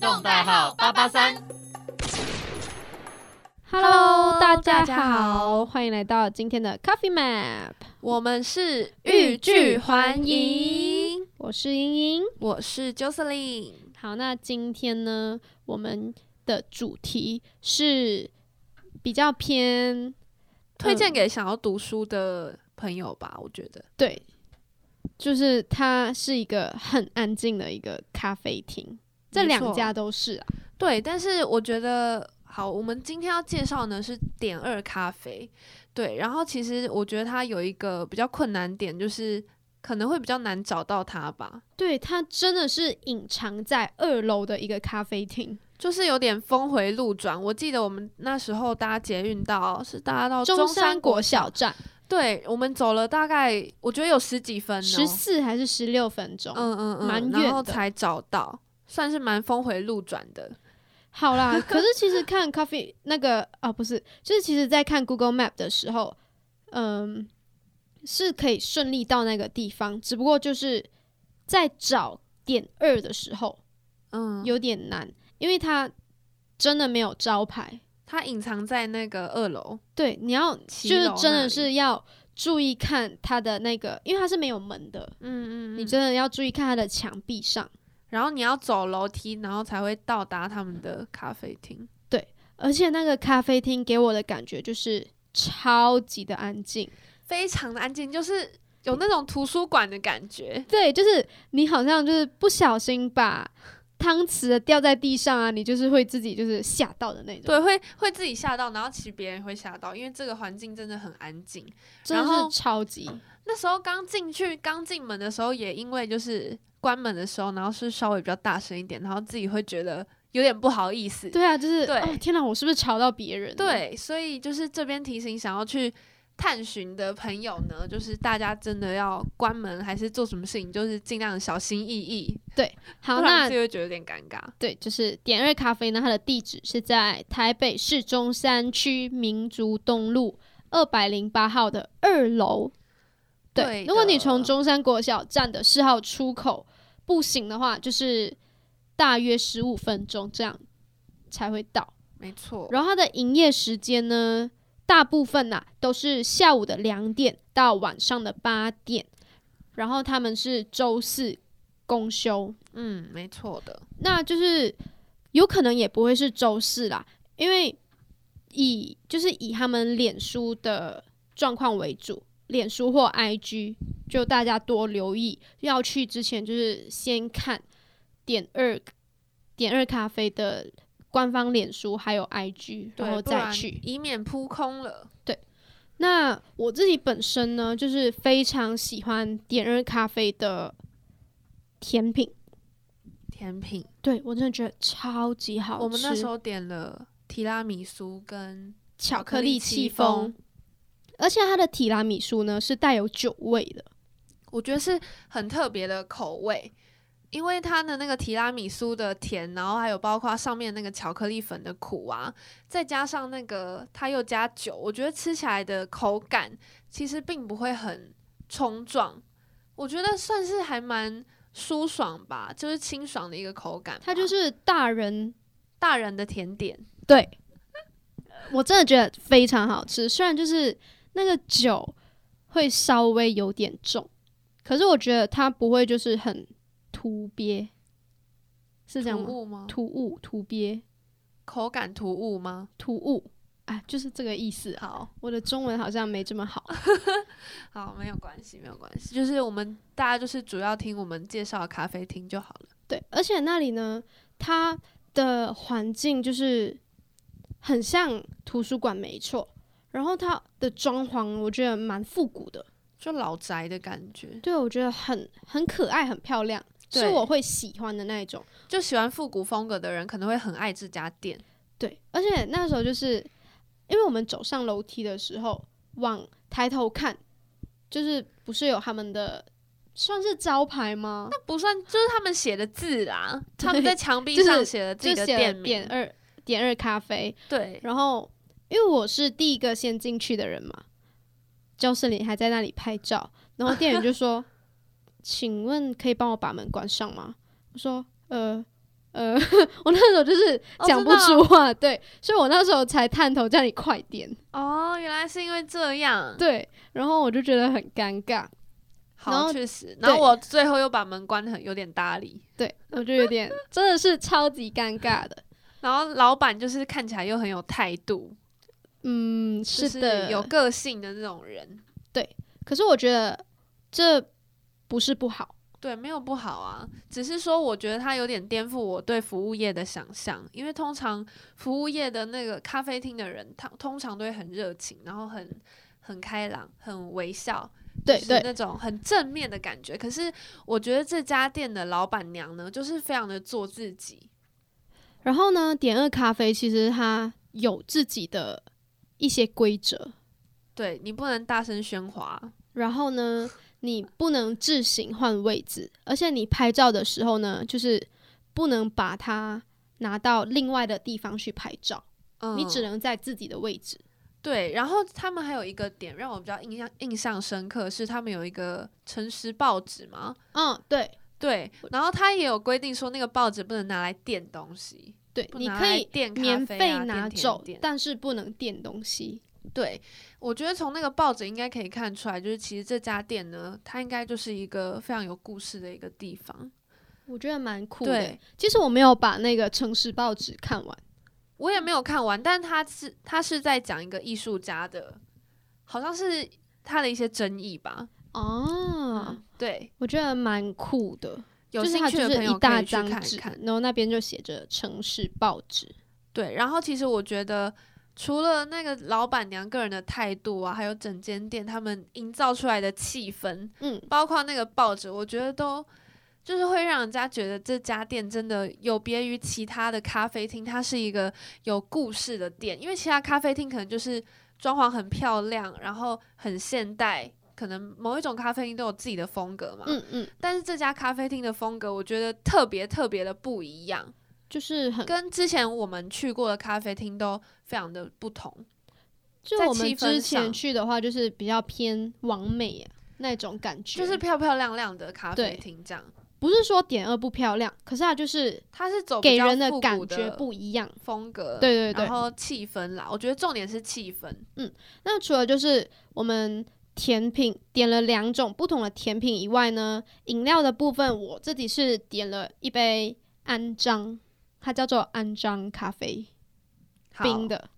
动代号八八三。 Hello，大大家家好好，欢迎来到今天的 Coffee Map。我们是欲拒还迎，我是英英。我是 Jocelyn。好，那今天呢，我们的主题是比较偏推荐嗯给想要读书的朋友吧，我觉得。对，就是它是一个很安静的一个咖啡厅，这没两错家都是啊。对，但是我觉得好，我们今天要介绍呢是点二咖啡，对，然后其实我觉得它有一个比较困难点，就是可能会比较难找到它吧，对，它真的是隐藏在二楼的一个咖啡厅，就是有点峰回路转。我记得我们那时候搭捷运到是搭到中哦山山国，小站，对我们走了大概我觉得有十几分哦，十四还是十六分钟？嗯嗯嗯，蛮然远后的才找到，算是蛮峰回路转的。好啦，可是其实看 Coffee 那个啊，不是，就是其实在看 Google Map 的时候，嗯，是可以顺利到那个地方，只不过就是在找点二的时候嗯，有点难，因为它真的没有招牌。它隐藏在那个二楼，对，你要骑就是楼真那的里是要注意看它的那个，因为它是没有门的，嗯嗯，你嗯真的要注意看它的墙壁上。然后你要走楼梯，然后才会到达他们的咖啡厅。而且那个咖啡厅给我的感觉就是超级的安静。非常的安静，就是有那种图书馆的感觉。对，就是你好像就是不小心把汤匙掉在地上啊，你就是会自己就是吓到的那种。，对，会会自己吓到，然后其实别人会吓到，因为这个环境真的很安静。真然的后是超级。那时候刚进去、刚进门的时候，也因为就是关门的时候，然后是稍微比较大声一点，然后自己会觉得有点不好意思。对啊，就是对哦，天哪，我是不是吵到别人？，对，所以就是这边提醒想要去探寻的朋友呢，就是大家真的要关门还是做什么事情，就是尽量小心翼翼，好，不然那自己会觉得有点尴尬。对，就是点二咖啡呢，它的地址是在台北市中山区民族东路二百零八号的二楼。对如果你从的中山国小站的四号出口步行的话，就是大约十五分钟这样才会到。没错，然后它的营业时间呢，大部分呐、都是下午的两点到晚上的八点，然后他们是周四公休，嗯，没错的，那就是有可能也不会是周四啦，因为以就是以他们脸书的状况为主，脸书或 IG 就大家多留意，要去之前就是先看点二点二咖啡的官方脸书还有 IG，对然后不再然去。以免扑空了。那我自己本身呢，就是非常喜欢点二咖啡的甜品，甜品，对我真的觉得超级好吃。我们那时候点了提拉米苏跟巧巧克克力力戚戚风风，而且它的提拉米苏呢是带有酒味的，我觉得是很特别的口味，因为它的那个提拉米苏的甜，然后还有包括上面那个巧克力粉的苦啊，再加上那个它又加酒，我觉得吃起来的口感其实并不会很冲撞，我觉得算是还蛮舒爽吧，就是清爽的一个口感吧。它就是大人大人的甜点，对，我真的觉得非常好吃。虽然就是那个酒会稍微有点重，可是我觉得它不会就是很突鳖，是这样突吗？兀吗？突兀、突鳖、口感突兀吗？突兀，哎，就是这个意思啊。好我的中文好像没这么好。好，没有关系，没有关系，就是我们大家就是主要听我们介绍的咖啡厅就好了。对，而且那里呢，它的环境就是很像图书馆，没错。然后它的装潢我觉得蛮复古的，就老宅的感觉，对我觉得很很可爱，很漂亮，是对我会喜欢的那一种。就喜欢复古风格的人可能会很爱这家店。对，而且那时候就是因为我们走上楼梯的时候，往抬头看，就是不是有他们的算是招牌吗？那不算，就是他们写的字 啦，对他们在墙壁就是上写了自己就的写店了名。点二点二咖啡，对，然后因为我是第一个先进去的人嘛，教室里还在那里拍照，然后店员就说：“请问可以帮我把门关上吗？”我说：“呃，呃， 我那时候就是哦讲真不的出话，对，所以我那时候才探头叫你快点，哦，原来是因为这样。对，然后我就觉得很尴尬，然好，后确实。然后我最后又把门关得很有点搭理，对我就有 点真的是超级尴尬的，然后老板就是看起来又很有态度，嗯，就是的，有个性的那种人。可是我觉得这不是不好，对，没有不好啊，只是说我觉得他有点颠覆我对服务业的想象，因为通常服务业的那个咖啡厅的人，他通常都会很热情，然后很很开朗，很微笑，对就是对那种很正面的感觉。可是我觉得这家店的老板娘呢，就是非常的做自己，然后呢，点二咖啡其实它有自己的一些规则，对你不能大声喧哗，然后呢，你不能自行换位置，而且你拍照的时候呢，就是不能把它拿到另外的地方去拍照，嗯你只能在自己的位置。对，然后他们还有一个点让我比较印象印象深刻，是他们有一个诚实报纸嘛，嗯，对对，然后他也有规定说那个报纸不能拿来垫东西，对，不你拿可来以垫咖免啡费啊拿垫甜走点，但是不能垫东西。对，我觉得从那个报纸应该可以看出来，就是其实这家店呢，它应该就是一个非常有故事的一个地方。我觉得蛮酷的对。，其实我没有把那个城市报纸看完。我也没有看完，但他是他是在讲一个艺术家的，好像是他的一些争议吧。哦，嗯，对，我觉得蛮酷的，有就是兴它趣就的是朋一友大可以去张看纸一看。，然后那边就写着城市报纸。对，然后其实我觉得，除了那个老板娘个人的态度啊，还有整间店他们营造出来的气氛，嗯，包括那个报纸，我觉得都就是会让人家觉得这家店真的有别于其他的咖啡厅，它是一个有故事的店。因为其他咖啡厅可能就是装潢很漂亮，然后很现代，可能某一种咖啡厅都有自己的风格嘛。嗯嗯，但是这家咖啡厅的风格，我觉得特别特别的不一样。就是很跟之前我们去过的咖啡厅都非常的不同。就在我们气氛之前上去的话，就是比较偏完美、啊、那种感觉，就是漂漂亮亮的咖对啡厅，这样不是说点二不漂亮，可是它就是它是走给比较人的复古感觉的不一样。风格，对对对然后气氛啦，我觉得重点是气氛，那除了就是我们甜品点了两种不同的甜品以外呢，饮料的部分我自己是点了一杯安章，它叫做安章咖啡，好冰。的。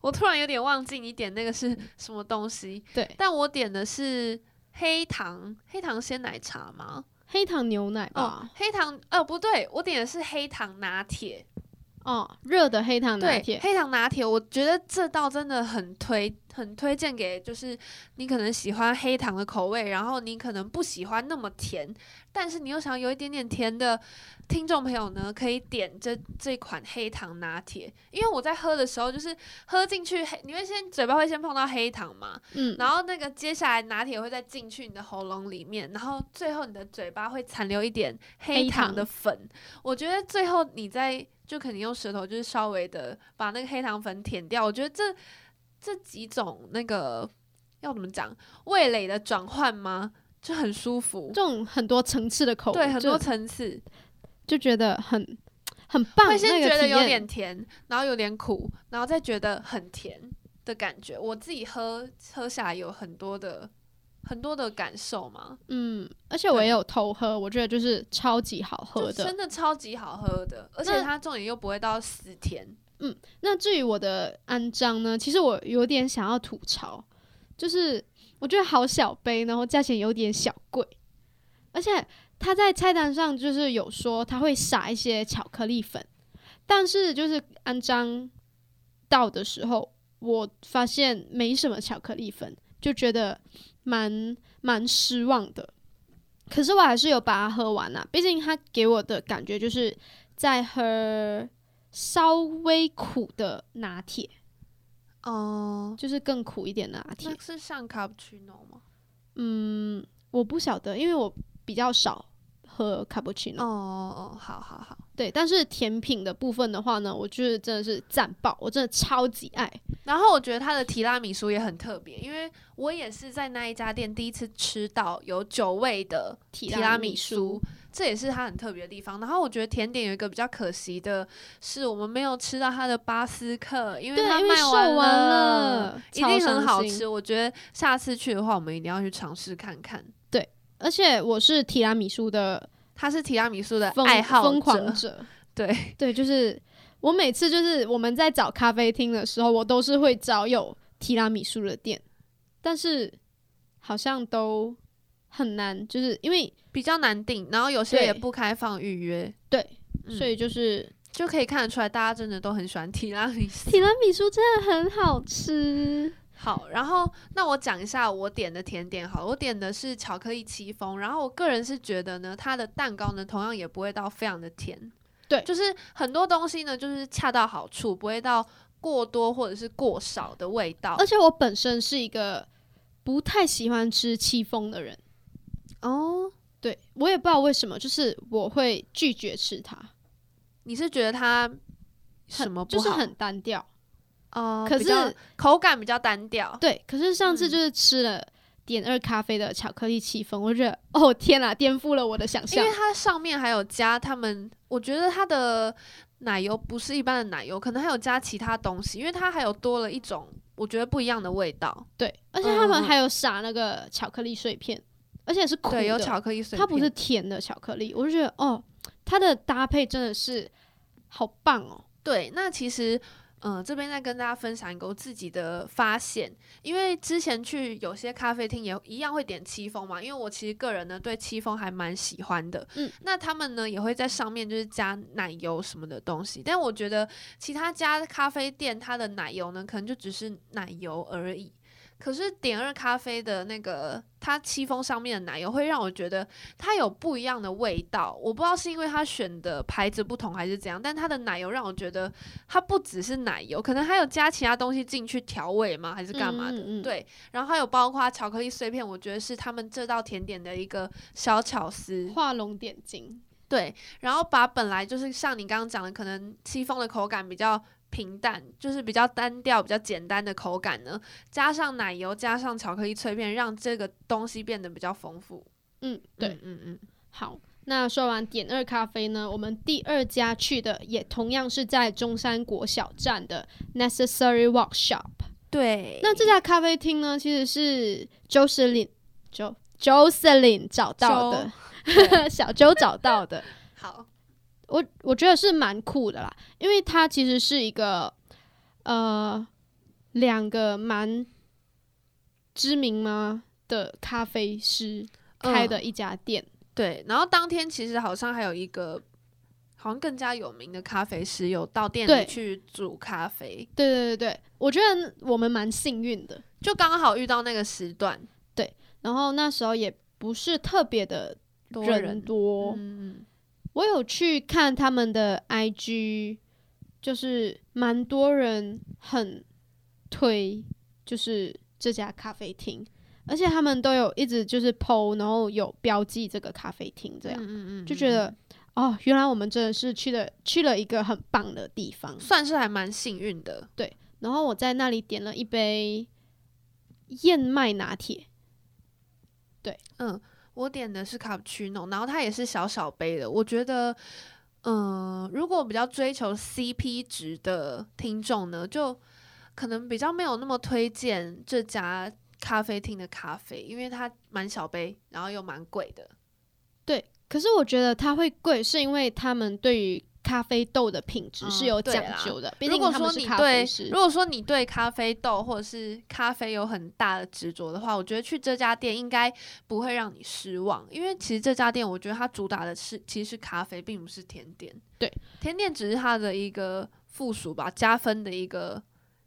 我突然有点忘记你点那个是 什么东西，对，但我点的是黑糖黑糖鲜奶茶吗？黑糖牛奶哦吧，，黑糖哦不对，我点的是黑糖拿铁，哦，热、的黑糖拿对，铁，黑糖拿铁，我觉得这道真的很推，很推荐给就是你可能喜欢黑糖的口味，然后你可能不喜欢那么甜，但是你又想有一点点甜的听众朋友呢，可以点这这款黑糖拿铁。因为我在喝的时候，就是喝进去黑，你会先嘴巴会先碰到黑糖嘛，嗯，然后那个接下来拿铁会再进去你的喉咙里面，然后最后你的嘴巴会残留一点黑糖的粉。我觉得最后你再就可能用舌头就是稍微的把那个黑糖粉舔掉。我觉得这这几种那个要怎么讲味蕾的转换吗？就很舒服这，种很多层次的口味，对，很多就层次，就觉得很很棒，会先那觉个得体有验点甜，然后有点苦，然后再觉得很甜的感觉。我自己喝喝下来有很多的很多的感受嘛。嗯，而且我对也有偷喝，我觉得就是超级好喝的就真。的超级好喝的，而且那它重点又不会到死甜。那至于我的安章呢，其实我有点想要吐槽，就是我觉得好小杯，然后价钱有点小贵，而且他在菜单上就是有说他会撒一些巧克力粉，但是就是安章到的时候，我发现没什么巧克力粉，就觉得蛮蛮失望的。可是我还是有把它喝完啦、毕竟它给我的感觉就是在喝稍微苦的拿铁，哦、就是更苦一点的拿铁那。是像卡布奇诺吗？嗯，我不晓得，因为我比较少喝卡布奇哦诺。哦，好好好。对，但是甜品的部分的话呢，我就是真的是赞爆，我真的超级爱。然后我觉得它的提拉米苏也很特别，因为我也是在那一家店第一次吃到有酒味的提提拉拉米米苏苏，这也是它很特别的地方。然后我觉得甜点有一个比较可惜的是，我们没有吃到它的巴斯克，因为对，它因为卖售完了，一超定很伤好心吃。我觉得下次去的话，我们一定要去尝试看看。而且我是提拉米苏的他是提拉米苏的疯爱好疯狂者，者，对， 对，就是我每次就是我们在找咖啡厅的时候，我都是会找有提拉米苏的店，但是好像都很难，就是因为比较难订，然后有些对也不开放预约，对，嗯所以就是、就可以看得出来，大家真的都很喜欢提拉米苏。 提拉米苏真的很好吃，好，然后那我讲一下我点的甜点好了，我点的是巧克力戚风，然后我个人是觉得呢，它的蛋糕呢同样也不会到非常的甜，对就是很多东西呢就是恰到好处，不会到过多或者是过少的味道。而且我本身是一个不太喜欢吃戚风的人，哦，对我也不知道为什么，就是我会拒绝吃它，你是觉得它什么不就好？是很单调。哦可比较是口感比较单调。对，可是上次嗯就是吃了点二咖啡的巧克力戚风，我觉得哦天啦，颠覆了我的想因象为。它上面还有加他们，我觉得它的奶油不是一般的奶油，可能还有加其他东西，因为它还有多了一种我觉得不一样的味道。对，而且他嗯们嗯还有撒那个巧克力碎片，而且是苦的，对，有巧克力碎片，它不是甜的巧克力，我就觉得哦，它的搭配真的是好棒哦。对，那其实。嗯，这边再跟大家分享一个我自己的发现，因为之前去有些咖啡厅也一样会点戚风嘛，因为我其实个人呢对戚风还蛮喜欢的，嗯，那他们呢也会在上面就是加奶油什么的东西，但我觉得其他家咖啡店它的奶油呢可能就只是奶油而已，可是点二咖啡的那个它戚风上面的奶油会让我觉得它有不一样的味道，我不知道是因为它选的牌子不同还是怎样，但它的奶油让我觉得它不只是奶油，可能还有加其他东西进去调味吗？还是干嘛的？嗯嗯嗯对，然后还有包括巧克力碎片，我觉得是他们这道甜点的一个小巧思。画龙点睛，对，然后把本来就是像你刚刚讲的，可能戚风的口感比较平淡，就是比较单调、比较简单的口感呢，加上奶油，加上巧克力脆片，让这个东西变得比较丰富。嗯，对，嗯，嗯嗯好。那说完点二咖啡呢，我们第二家去的也同样是在中山国小站的 Necessary Workshop。对。那这家咖啡厅呢，其实是 Jocelyn 周 Jocelyn 找到的， 小周找到的。好，我我觉得是蛮酷的啦，因为它其实是一个呃两个蛮知名吗的咖啡师开的一家店。对，然后当天其实好像还有一个，好像更加有名的咖啡师有到店对里去煮咖啡，对对对对，我觉得我们蛮幸运的。就刚好遇到那个时段，然后那时候也不是特别的多人多，嗯，嗯我有去看他们的 IG，就是蛮多人很推，就是这家咖啡厅，而且他们都有一直就是 PO，然后有标记这个咖啡厅，这样、嗯嗯嗯，就觉得哦，原来我们真的是去了去了一个很棒的地方。算是还蛮幸运的。然后我在那里点了一杯燕麦拿铁，嗯，我点的是卡布奇诺，然后它也是小小杯的。我觉得，嗯、如果比较追求 CP 值的听众呢，就可能比较没有那么推荐这家咖啡厅的咖啡，因为它蛮小杯，然后又蛮贵的。对，可是我觉得它会贵，是因为他们对于咖啡豆的品质是嗯有对讲啦究的，毕如竟果他说们是你咖对啡，师如。果说你对咖啡豆或者是咖啡有很大的执着的话，我觉得去这家店应该不会让你失望，因为其实这家店我觉得它主打的是其实是咖啡，并不是甜点。对，甜点只是它的一个附属吧，加分的一个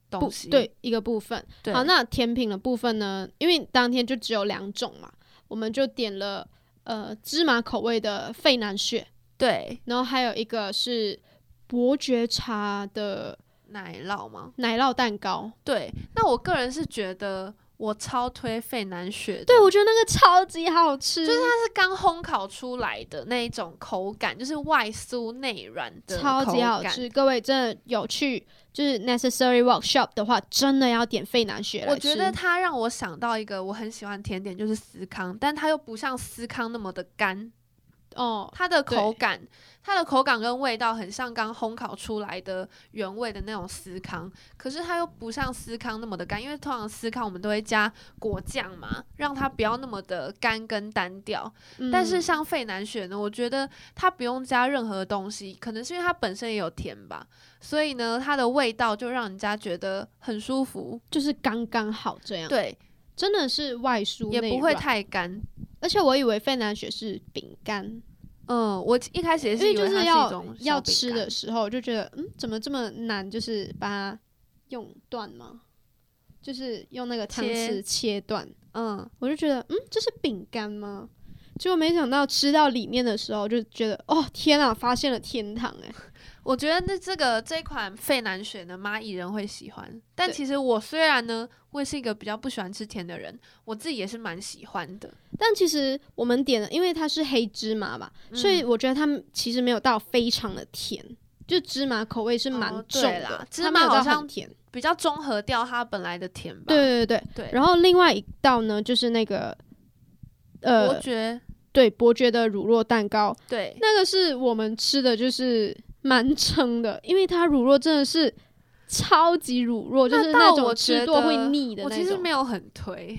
不东西。对一个部分。对，好，那甜品的部分呢？因为当天就只有两种嘛，我们就点了呃芝麻口味的费南雪，对然后还有一个是伯爵茶的奶酪吗？奶酪蛋糕。对，那我个人是觉得我超推费南雪的。对，我觉得那个超级好吃，就是它是刚烘烤出来的那一种口感，就是外酥内软的超级口好感吃。各位真的有去就是 Necessary Workshop 的话，真的要点费南雪来我吃。觉得它让我想到一个我很喜欢的甜点，就是司康，但它又不像司康那么的干，哦，它的口对感，它的口感跟味道很像刚烘烤出来的原味的那种司康，可是它又不像司康那么的干，因为通常司康我们都会加果酱嘛，让它不要那么的干跟单调。但是嗯像费南雪呢，我觉得它不用加任何东西，可能是因为它本身也有甜吧，所以呢，它的味道就让人家觉得很舒服，就是刚刚好这样，，对，真的是外酥也内不会软。太干。而且我以为费南雪是饼干，嗯，我一开始也因是以为为就它一要种要小饼吃干的时候我就觉得，嗯，怎么这么难？就是把它用断吗？就是用那个汤切匙切断，嗯，我就觉得，嗯，这是饼干吗？结果没想到吃到里面的时候，就觉得，哦，天啊，发现了天堂哎、我觉得那这个这款费南雪呢，蚂蚁人会喜欢。但对其实我虽然呢，我也是一个比较不喜欢吃甜的人，我自己也是蛮喜欢的。但其实我们点的，因为它是黑芝麻吧，嗯所以我觉得它们其实没有到非常的甜，就芝麻口味是蛮哦重对的，啦它芝没有麻好到很像甜。比较综合掉它本来的甜吧。对对对，对，然后另外一道呢，就是那个，伯呃，爵对，伯爵的乳酪蛋糕，对，那个是我们吃的，就是蛮撑的，因为它乳酪真的是超级乳酪，就是那到我种觉吃得多会腻的我那其实种没。有很推。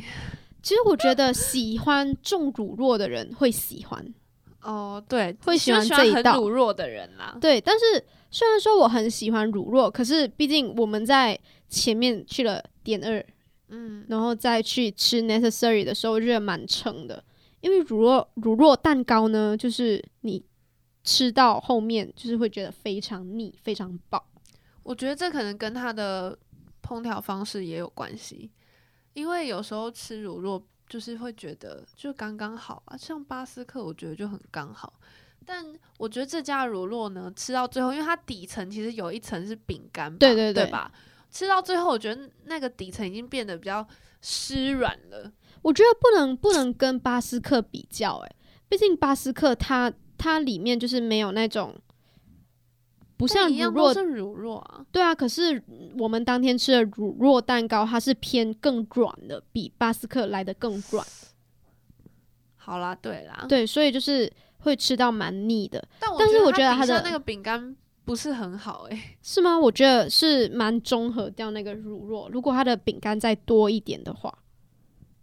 其实我觉得喜欢重乳酪的人会喜欢，哦，对，会你喜就欢喜这一很道乳弱的人啦。对。但是虽然说我很喜欢乳酪，可是毕竟我们在前面去了点二，嗯，然后再去吃 necessary 的时候，我觉得蛮撑的，因为乳酪乳酪蛋糕呢，就是你吃到后面就是会觉得非常腻，非常饱。我觉得这可能跟它的烹调方式也有关系，因为有时候吃乳酪就是会觉得就刚刚好啊，像巴斯克我觉得就很刚好，但我觉得这家乳酪呢，吃到最后，因为它底层其实有一层是饼干吧，对对对对吧？吃到最后，我觉得那个底层已经变得比较湿软了。我觉得不能不能跟巴斯克比较、欸，毕竟巴斯克它它里面就是没有那种不不像一乳样都酪，是乳酪啊，对啊。可是我们当天吃的乳酪蛋糕，它是偏更软的，比巴斯克来的更软，好啦，对啦，对，所以就是会吃到蛮腻的。但我但是我觉得它它底下的那个饼干不是很好欸诶、是吗？我觉得是蛮中和掉那个乳酪。如果它的饼干再多一点的 话，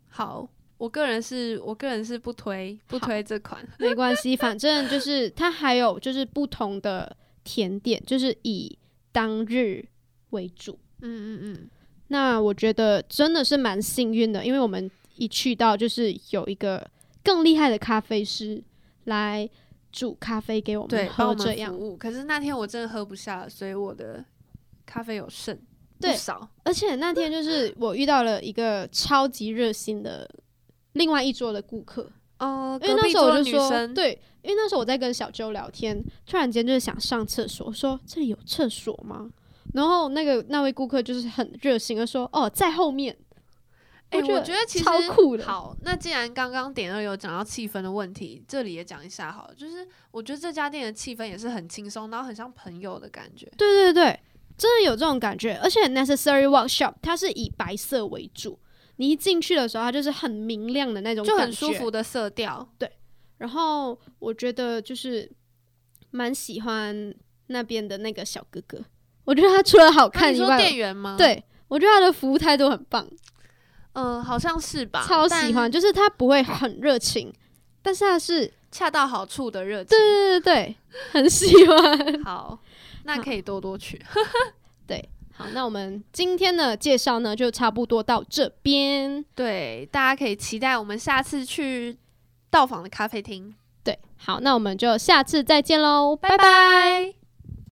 好，我个人是我个人是不推不好推这款。没关系，反正就是它还有就是不同的甜点，就是以当日为主。嗯嗯嗯，那我觉得真的是蛮幸运的，因为我们一去到就是有一个更厉害的咖啡师来煮咖啡给我对们，帮喝，我这们样服务。可是那天我真的喝不下了，所以我的咖啡有剩不对少。而且那天就是我遇到了一个超级热心的另外一桌的顾客，哦、因为隔那壁时候桌我就女说，生，对，因为那时候我在跟小周聊天，突然间就是想上厕所，我说这里有厕所吗？然后那个那位顾客就是很热心的说，哦，在后面，哎、我觉我得觉得其实超酷的好，那既然刚刚点二有讲到气氛的问题，这里也讲一下好了。就是我觉得这家店的气氛也是很轻松，然后很像朋友的感觉。对对对，真的有这种感觉。而且 Necessary Workshop 它是以白色为主，你一进去的时候，它就是很明亮的那种，就很舒服。的色调，然后我觉得就是蛮喜欢那边的那个小哥哥，我觉得他除了好那看哦你以说外，店员吗？，对我觉得他的服务态度很棒。嗯，好像是吧，超但喜欢，就是他不会很热情，但是他是恰到好处的热情。对对对对，很喜欢。 好，那好可以多多去。好，那我们今天的介绍呢，就差不多到这边。对，大家可以期待我们下次去到访的咖啡厅。对，好，那我们就下次再见喽，拜拜。拜